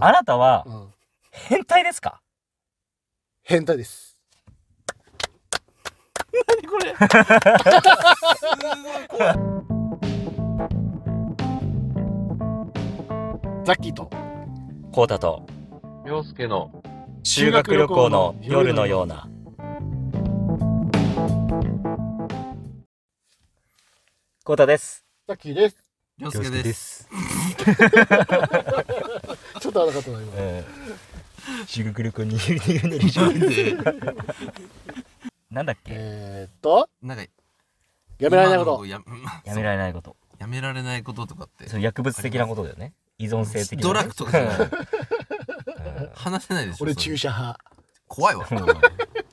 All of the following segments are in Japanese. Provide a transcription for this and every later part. あなたはうん変態ですか変態です。何 これザッキーと。コータと陽介の修学旅行の夜のような。コータです。ザッキーです。陽介ですす。ちょっと荒かったな、今。うん修学旅行に言うのに上手。なんだっけえーっと、なんかやめられないこ今のと。や うんやめられないこと。やめられないこととかってその薬物的なことだよね。依存性的なね。ドラッグとかじゃないうん話せないでしょ俺それ注射派。怖いわ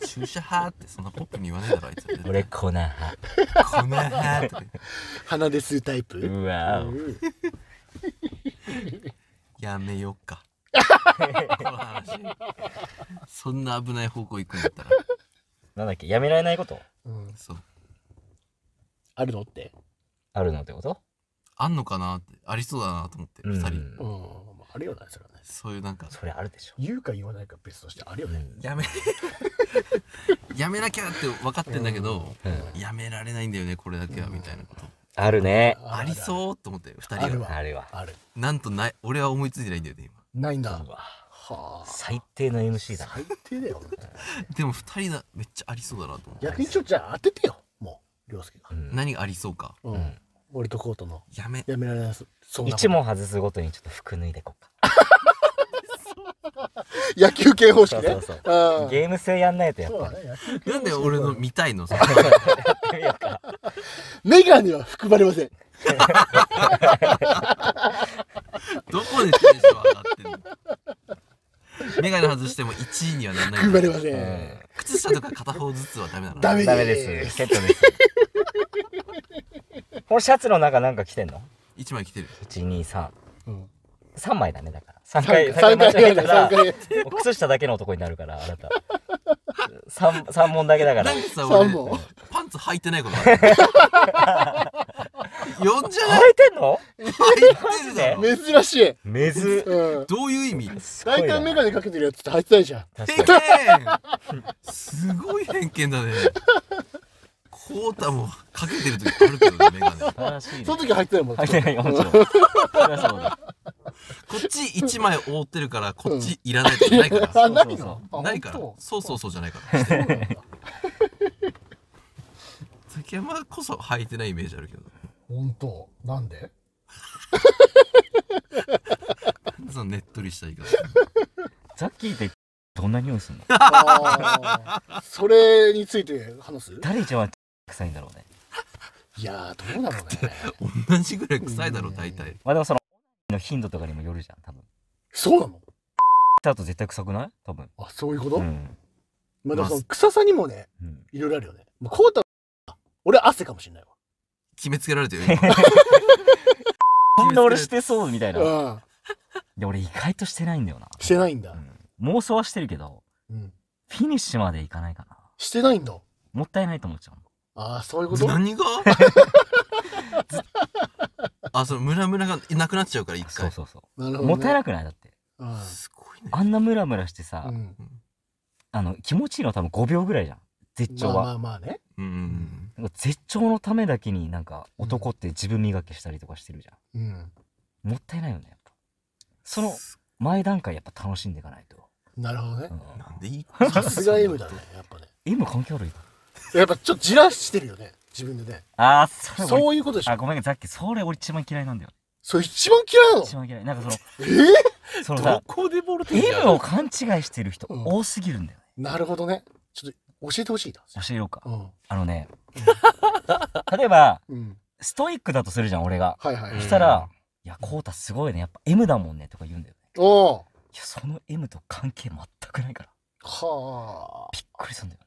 注射派ってそんなポップに言わねえだろあいつ俺コナハ。こんな派とか鼻で吸うタイプ。うわお。うんやめよっかこの話そんな危ない方向行くんだったらなんだっけやめられないことうんそうあるのって。あるのってことあんのかなってありそうだなと思ってうん二う人、ん。まああるよね、それはね。そういうなんかそれあるでしょ。言うか言わないか別としてあるよね。やめ やめなきゃって分かってんだけど、うやめられないんだよねこれだけはみたいなこと、あるね。ありそうと思って二あ人るがわあるわ。ある。なんとない俺は思いついてないんだよねないんだ。うはわあ。最低の MC だな。最低だよ。今でも二人だめっちゃありそうだなと思って逆にちょっとじゃあ当ててよ。もう、涼介がう。ん何がありそうかうんん。俺とコートの。やめやめられない。そんなこと一。問外すごとにちょっと服脱いでこっか。野球系方式ね。そうそうそうあーゲーム性やんないとやっそうぱだり。ね。野球系なんで俺の見たいの それやってみようか。メガネは含まれません。どこでテンション上がってんのメガネ外しても1位にはならない含まれまうせん。ん靴下とか片方ずつはダメなのダメダメです。セットです。 このシャツの中なんか着てんの1枚着てる ?1、2、3。うん3枚だね、だから。3回、三回、三三回や回だ、だ三から、回やだ。もう靴下だけの男になるから、あなた。三三本だけだかなら。んかさ三俺本パンツ履いてないことある呼んじゃない履いてんの入ってるだろ珍しい。めず。うん。どういう意味すごい大な体メガネかけてるやつって入ってないじゃん。確偏かに。見すごい偏見だねコータもかけてる時あるけどねメガネこ素晴らしいねその時は入ってないもん。履いてないよ、もちろん。そりゃそうだ。っち1枚覆ってるからこっちいらないとかないからあ、うないそうのあないから本当そうそうそうじゃないからそうなんだ竹山こそ履いてないイメージあるけど本当なんでなんでそのねっとりした言い方ザッキーって、どんな匂いすんのあーそれについて話す誰一番臭いんだろうね。いやー、どうな のね。同じぐらい臭いだろ大体まあでもその、の頻度とかにもよるじゃん、多分。そうなのだと絶対臭くない多分。あ、そういうこうとん。まあ、でもその臭さにもね、うんいろいろあるよね。もう、こうた、俺汗かもしれないわ。決めつけられてるよ今こんな俺してそうみたいな。うん。で、俺意外としてないんだよな。してないんだう。ん妄想はしてるけど、うん。フィニッシュまでいかないかな。してないんだ。もったいないと思っちゃう。ああ、そういうこと何があそのムラムラがなくなっちゃうから一回そうそうそなるう。ほど、ね。もったいななくないだって。すごいねあんなムラムラしてさう、ん。あの、気持ちいいの多分5秒ぐらいじゃん。絶ま頂あまは。あまあね。うんうんうんなんか絶頂のためだけになんか男って自分磨きしたりとかしてるじゃん。うん。もったいないよねやっぱその前段階やっぱ楽しんでいかないと、なるほどねう。ん、なんでいいさすが M だね、やっぱね。今関係悪いやっぱちょっとじらしてるよね、自分でね。ああそれそういうことでしあょ。ごめんさっきそれ俺一番嫌いなんだよそれ一番嫌いなの一番嫌いなんかそのえーそのさこでボル M を勘違いしてる人うん多すぎるんだよねなるほどね。ちょっと教えてほしいな。教えようかうん。あのね例えばうん。ストイックだとするじゃん俺がはいはい。そしたら「いやこうたすごいねやっぱ M だもんね」とか言うんだよねおおいやその M と関係全くないからはびっくりするんだよ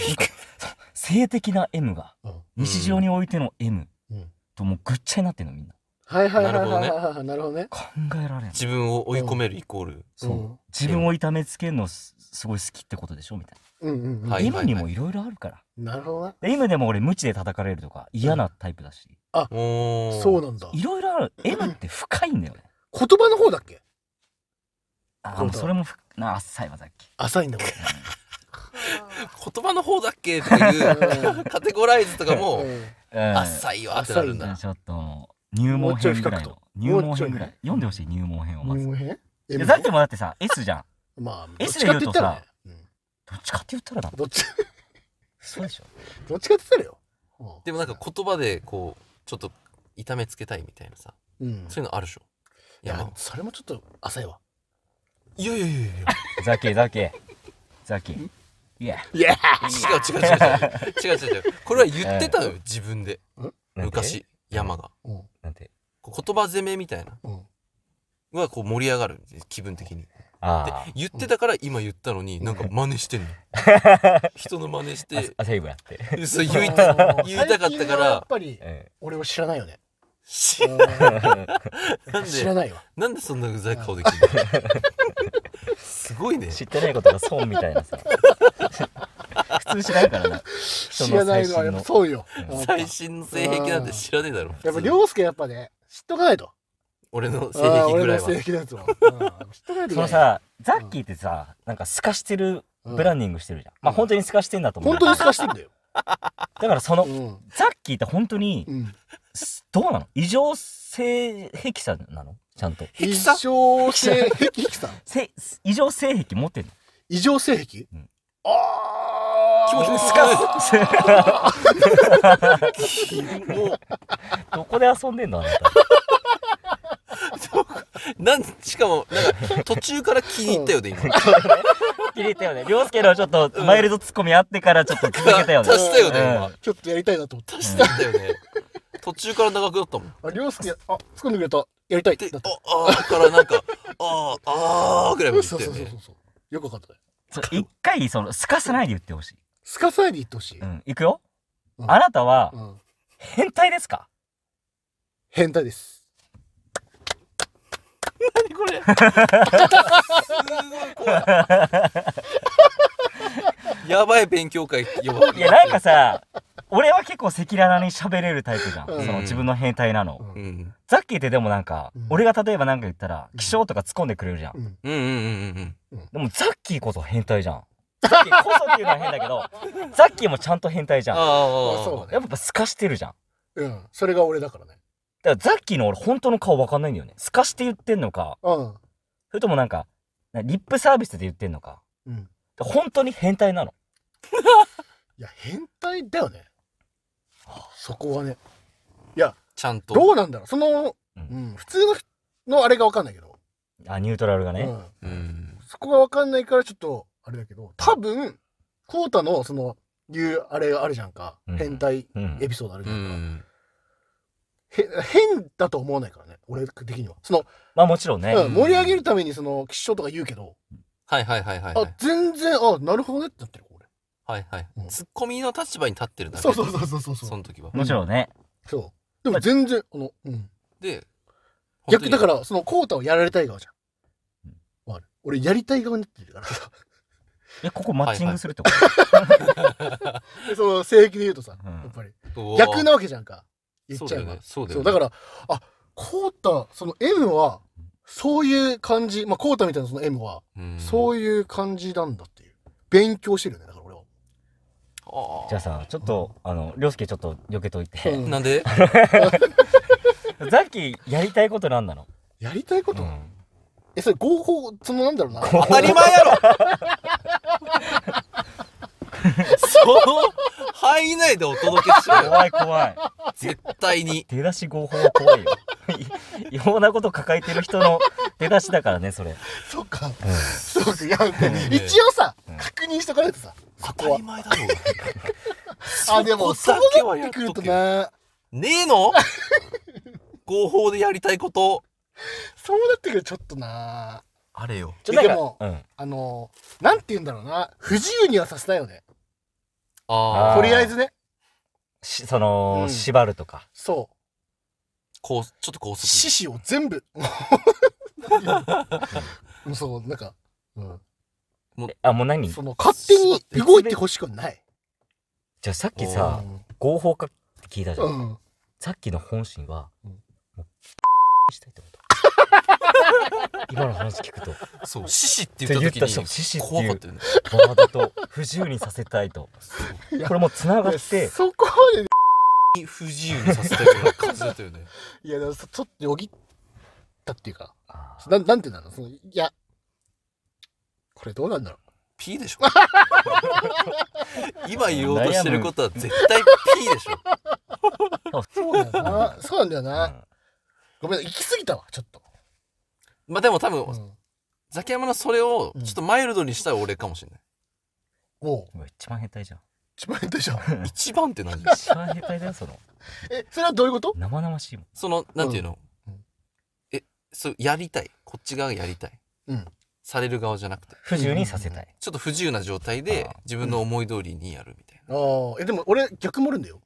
ねなんかそう性的な M があ。うん日常においての M うんともうぐっちゃになってんのみんなはいはいはいなるはほいはどねいはいはい。なるほどね。考えられん自分を追い込めるイコールそう、うん自分を痛めつけるのすすごい好きってことでしょみたいうんうんうん。はな、い M にもいろいろあるから、なるほどね。で M でも俺無知で叩かれるとか嫌なタイプだしおーそうなんだ。いろいろある M って深いんだよね言葉の方だっけあもうそれもふなあっさいわさっき浅いんだ これ言葉の方だっけっていう うカテゴライズとかもううん浅いわってなるんだちょっともう入門編ぐらいの入もうちょい深くと門編ぐらい読んでほしい入門編をんまず入門編い M やさっきもだってさ S じゃんまあどっ S ちかって言ったらねどっちかって言ったらだうんどっち そうでしょどっちかって言ったらようんでもなんか言葉でこうちょっと痛めつけたいみたいなさうんそういうのあるでしょいいややまあそれもちょっと浅いわいやいやいやいやザキザキザキいやいや違う違う違う違う違う違う違うこれは言ってたのよ自分で昔山がうんなんてこう言葉攻めみたいなうんのがこう盛り上がる気分的にであ言ってたから今言ったのになんか真 似してんの人の真似しーあてあセーブやってそう言いあたの言いたか最ったか近はやっらぱりうん俺は知らないよねしなうんん知らでないわなんでそんなうざい顔できるのすごいね知ってないことが損みたいなさ 普通知らんからな人知のらな最いのは新やっぱのそうようん最新の性癖なんて知らねえだろやっぱ涼介やっぱね知っとかないと俺の性あー俺癖ぐらいのは性癖のやつはうん知っとかないといけそなのいさザッキーってさなんか透かしてるうんブランディングしてるじゃんまあ本当に透かしてんだと思う本当に透かしてんだよだからそのうんザッキーって本当にうんすどうなの異常性癖さなのちゃんとヘキサ異常性癖癖さんせ異常性癖持ってんの 異常性癖うんあ気ー持ちあにーすかすすもうどこで遊んでんのあなたなんしかもなんか途中から気に入ったよ ね今切れたよね涼介のちょっとマイルドツッコミあってからちょっと続けたよね足したよねうん今ちょっとやりたいなと思った足したんだよね途中から長くなったもんあ涼介あ作んでくれたやりたいでだっあたあーからなんかあーあーぐらいまで言そうったそようそうねそうそうよくわかったねそう一回そのすかさないで言ってほしいすかさないで言ってほしい、うんいくようんあなたはうん変態ですか変態です何これすごい 怖いやばい勉強会呼ばれいやなんかさ俺は結構赤裸々に喋れるタイプじゃん、うんその自分の変態なの、うんうんザッキーってでもなんか、うん俺が例えばなんか言ったらうん気象とか突っ込んでくれるじゃん、うんうんうんうんうんでもザッキーこそ変態じゃんザッキーこそっていうのは変だけ どザッキーもちゃんと変態じゃんあやっあそうだねぱ透かしてるじゃんうんそれが俺だからねだからザッキーの俺本当の顔わかんないんだよね透かして言ってんのかうんそれともなんかなリップサービスで言ってんのかうん本当に変態なのいや変態だよねそこはねいやちゃんとどうなんだろうその、ううん、普通ののあれがわかんないけど、あニュートラルがうね、ん、うんそこがわかんないからちょっとあれだけど多分コウタのその言うあれがあるじゃんか、うん変態うんエピソードあるじうゃんか、んへ変だと思わないからね俺的にはその、まあもちろんね、うん盛り上げるためにその吉祥とか言うけど、はいはいはいはいはいあ全然あなるほどねってなってる俺はいはいうんツッコミの立場に立ってるだけそうそうそうそうそうそそうの時はもちろんね、そうでも全然あの、うん、で逆だかららそのコウタをやられたい側じゃんうん、わかる俺やりたい側になってるからさえここマッチングするってこと、で その正規で言うとさ、うんやっぱり逆のなわけじゃんか言っそうちだゃよえばねそうだそようねだからあコウタその M はそういう感じまあコウタみたいなその M はうんそういう感じなんだっていう勉強してるよねだから俺はああじゃあさちょっとあの涼介ちょっと避けといて、うんなんで ザッキーやりたいことなんなの、やりたいこと、うんえそれ合法そのなんだろうな当たり前やろ その範囲内でお届けしろよ怖い怖い絶対に出だし合法は怖いよ 違法なこと抱えてる人の出だしだからねそれ、そっかうんそうかいやん一応さ、うん確認しとかないとさ当そたこはり前だろあでもそそここだけはなっやってとくけるとなねえの合法でやりたいことそうなってくるとちょっとなあれよちょっとなんかでもうん、あのなんて言うんだろうな不自由にはさせないよねあーとりあえずねしその、うん縛るとかそうこうちょっと高獅速子を全部 うんそうなんか、うんえあもう何じその勝手に動いてほしくはない、ゃあさっきうさん合法かって聞いたじゃん、うん、さっきの本心は、うん もうしたいってこと今の話聞くとそう獅子って言った時って言った人も獅子にっていう怖かったよねワードと不自由にさせたいとやこれもつながっいやてそこまで不自由にさせたような感じだったよねいやだからそちょっとよぎったっていうかあーなんなんていうんだろうそのいやこれどうなんだろ P でしょ 今言おうとしてることは絶対 P でしょうそうだよな そうなんだよな、ごめん行き過ぎたわちょっと、まあでも多分うん、ザキヤマのそれをうんちょっとマイルドにしたら俺かもしれない、もううんうわ一番変態じゃん一番変態じゃん一番って何一番変態だよそのえそれはどういうこと生々しいもんそのなんていうの、うんえそうやりたいこっち側がやりたい、うんされる側じゃなくて不自由にさせたいちょっと不自由な状態でああ自分の思い通りにやるみたいな、ああえでも俺逆もあるんだよ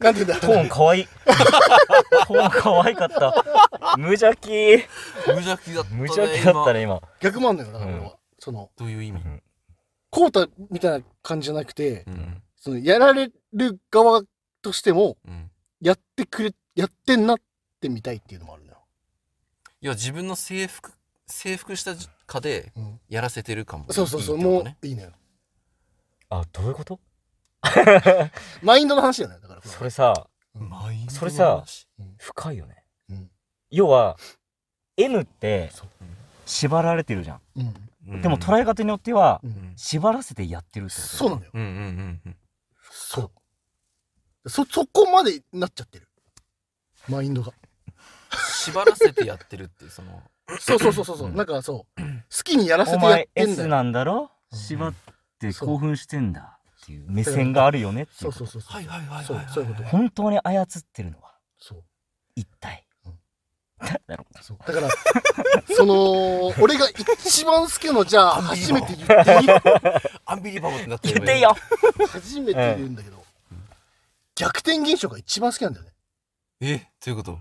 なんていうんだトーン可愛い トーン可愛かった無邪気無邪気だったね無邪気だった今ね今逆もあるんだよだから俺は、うそのどういう意味、コータみたいな感じじゃなくて、うんそのやられる側としてもうん、やってくれやってんなってみたいっていうのもあるんだよ、いや自分の制服制服したかでうん、やらせてるかもそうそうそういいってこもとねういいのよあどういうことマインドの話だよねだからこれそれさうんマインドのそれさ話深いよね、うん要は N ってそう縛られてるじゃん、うんでも捉え方によってはううんん縛らせてやってるってことそうなんだようんうんうんうんそうそそこまでなっちゃってるマインドが縛らせてやってるってそのそうそうそうそうそううんなんかそう好きにやらせおてやっ前てんだ S よなんだろうん縛ってそう興奮してんだっていう目線があるよねっていそううそうそうそうはいはいはいはいそうそういうこと本当に操ってるのはそう一体うんなんだろうそうだから その俺が一番好きなのじゃあ初めて言っていい アンビリバボーってなって言ってよ初めて言うんだけど、逆転現象が一番好きなんだよねえということ、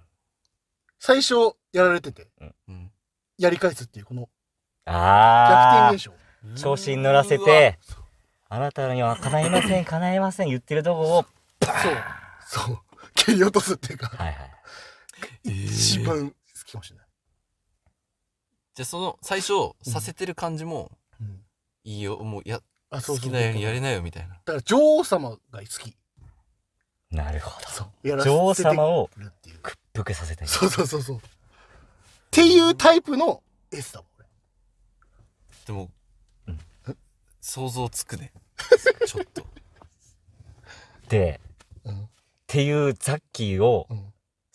最初やられててうん、やり返すっていうこの逆ああ転現象調子に乗らせてあなたには叶いません 叶いません言ってるとこをそうそう蹴り落とすっていうかはいはいえー一番好きかもしれない、じゃあその最初させてる感じも、うんいいよもうやあ好きなようにやりだなよみたいなから女王様が好きなるほどそうやらせ女王て様をくるっていう屈服させたい そうそうそうそうっていうタイプの S だもん俺でも、うん想像つくねちょっとでうんっていうザッキーをうん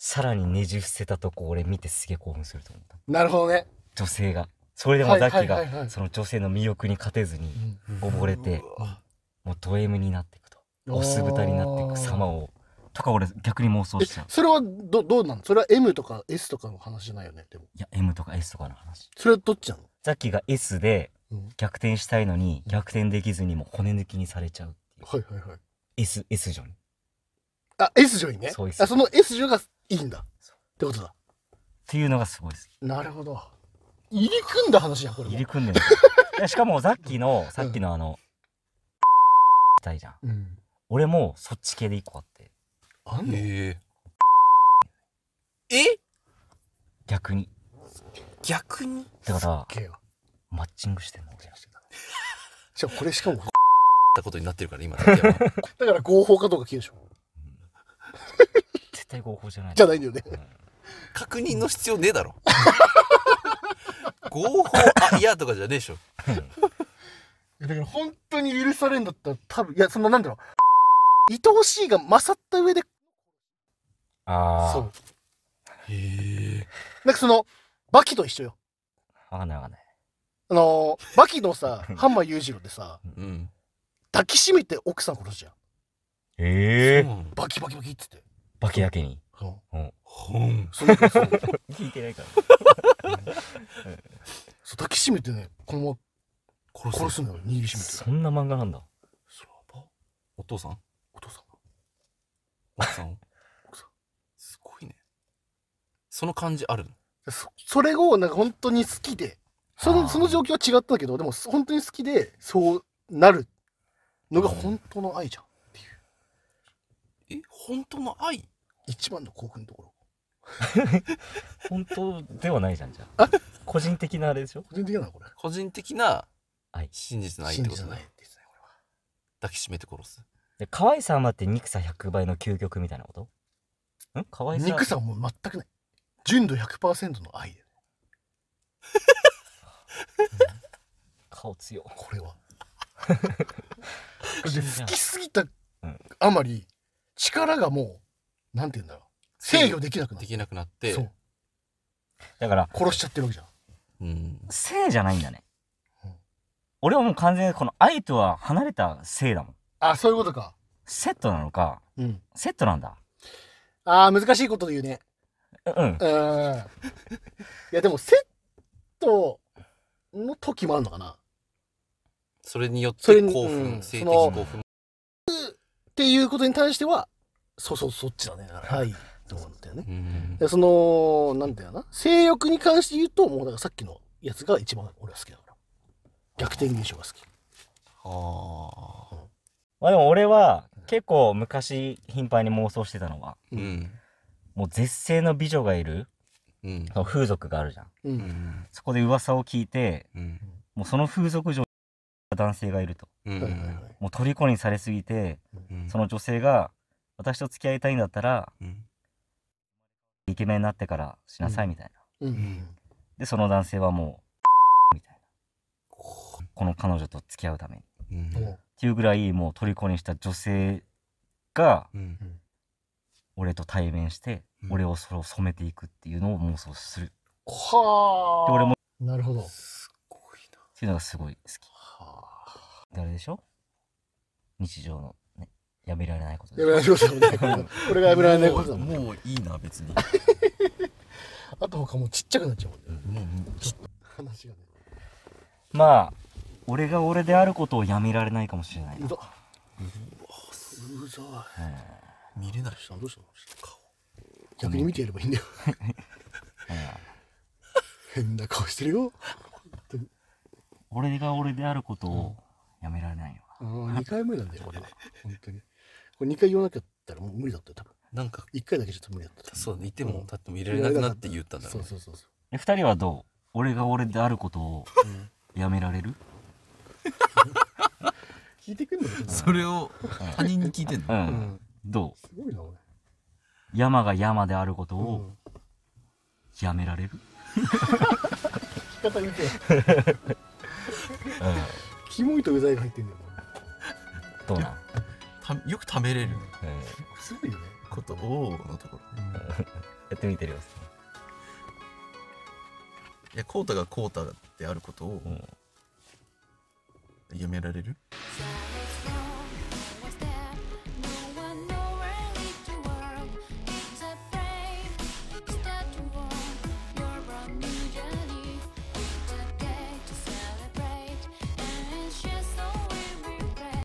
さらにねじ伏せたとこ俺見てすげえ興奮すると思ったなるほどね、女性がそれでもザッキーはいはいはいはがいその女性の魅力に勝てずに溺れてうわもうド M になっていくとオス豚になっていく様ををとか俺逆に妄想えしちゃうそれはどどうなのそれは M とか S とかの話じゃないよねでもいや M とか S とかの話それはどっちなのザッキーが S でうん逆転したいのに逆転できずにもう骨抜きにされちゃうっていうはいはいはい。 S, S 女にあ、S 女にね。そうですあその S 女がいいんだ。ってことだ。っていうのがすごい好きなるほど。入り組んだ話やん、これも。入り組 んでるいやしかもザッキーのさっきのあの、たいじゃんうん。俺もそっち系で一個あってあんの、えー、え逆に逆にだからけよ。マッチングしてんの俺らしかもこれしかも、ったことになってるから今ザキヤマだから合法かどうか聞いでしょ。絶対合法じゃないじゃないんだよね。確認の必要ねえだろ合法あいやとかじゃねえでしょだから本当に許されんだったら多分、いや、そんななんだろう。愛おしいが勝った上で、ああそう。へえなんかその、バキと一緒よ。分かんない分かんないあのー、バキのさ、ハンマー裕次郎でさ、うん抱きしめて奥さん殺すじゃん。ええそうなのバキバキバキって言って。バケやけにうん。本そのそう聞いて ないからそう抱きしめてね、このまま殺殺すのよ握りしめてそんな漫画なんだそらばお父さんお父さんが奥さんを奥さんすごいねその感じあるのそそれをなんか本当に好きでそあーのその状況は違ったけどでもそ本当に好きでそうなるのが本当の愛じゃんえ本当の愛一番の興奮のところ本当ではないじゃんじゃあ個人的なあれでしょ個人的なのこれ個人的なはい真実の愛真ってこ実じとゃないねですね抱きしめて殺すで可愛さ余って憎さ100倍の究極みたいなことん可これ愛はさ憎さはもう全くない純度100%の愛顔強これ は不思議でじゃん好きすぎたうんあまり力がもうなんて言うんだろう制御できなくなでるきなくなってそうだから殺しちゃってるわけじゃんうん性じゃないんだねうん俺はもう完全にこの愛とは離れた性だもんあそういうことかセットなのかうんセットなんだあー難しいことで言うねううん うんいやでもセットの時もあるのかなそれによっそれてに興う奮ん性そ的の興奮っていうことに対してはそうそうそっちだねはいと思ったよねうんでそのなんだよな性欲に関して言うともうだからさっきのやつが一番俺は好きだから逆転現象が好きはあまあでも俺は結構昔頻繁に妄想してたのはうんもう絶世の美女がいるうんその風俗があるじゃんううんんそこで噂を聞いてうんもうその風俗上に男性がいるとうんはいはいはいもう虜にされすぎてうんその女性が私と付き合いたいんだったらうんイケメンになってからしなさいみたいな、うんでその男性はもう みたいなこの彼女と付き合うためにっうんもていうぐらいもう虜にした女性がうん俺と対面して、うん俺をそれを染めていくっていうのを妄想するっうで俺はもあなるほどすごいなていうのがすごい好きはあであれでしょ日常の、ね、やめられないことでやめられないことだもんねこれがやめられないことだもんねもういいな別にあと他もうちっちゃくなっちゃうもんねもう話がねまあ俺が俺であることをやめられないかもしれないうなざうざい見れないどうしたのどうしたの逆に見てやればいいんだよ変な顔してるよ俺が俺であることをやめられないよあ2回 目なんだよこれね本当にこれ2回言わなかったらもう無理だったよ多分 なんか1回だけちょっと無理だったそうねいてうんも立ってもいられなくなって言ったんだろそううねそうそうそな2人はどう俺が俺であることをう、うんやめられる聞いてくんのかそれを他人に聞いてんうのん、うんどすごいな俺う山が山であることうをんやめられる、聞き方 見て キモいとうざいが入ってんだよもうどうなん、たよくためれるすごいよねことをのところやってみてるよ、いやこうたがこうたであることをうんやめられる「さよなら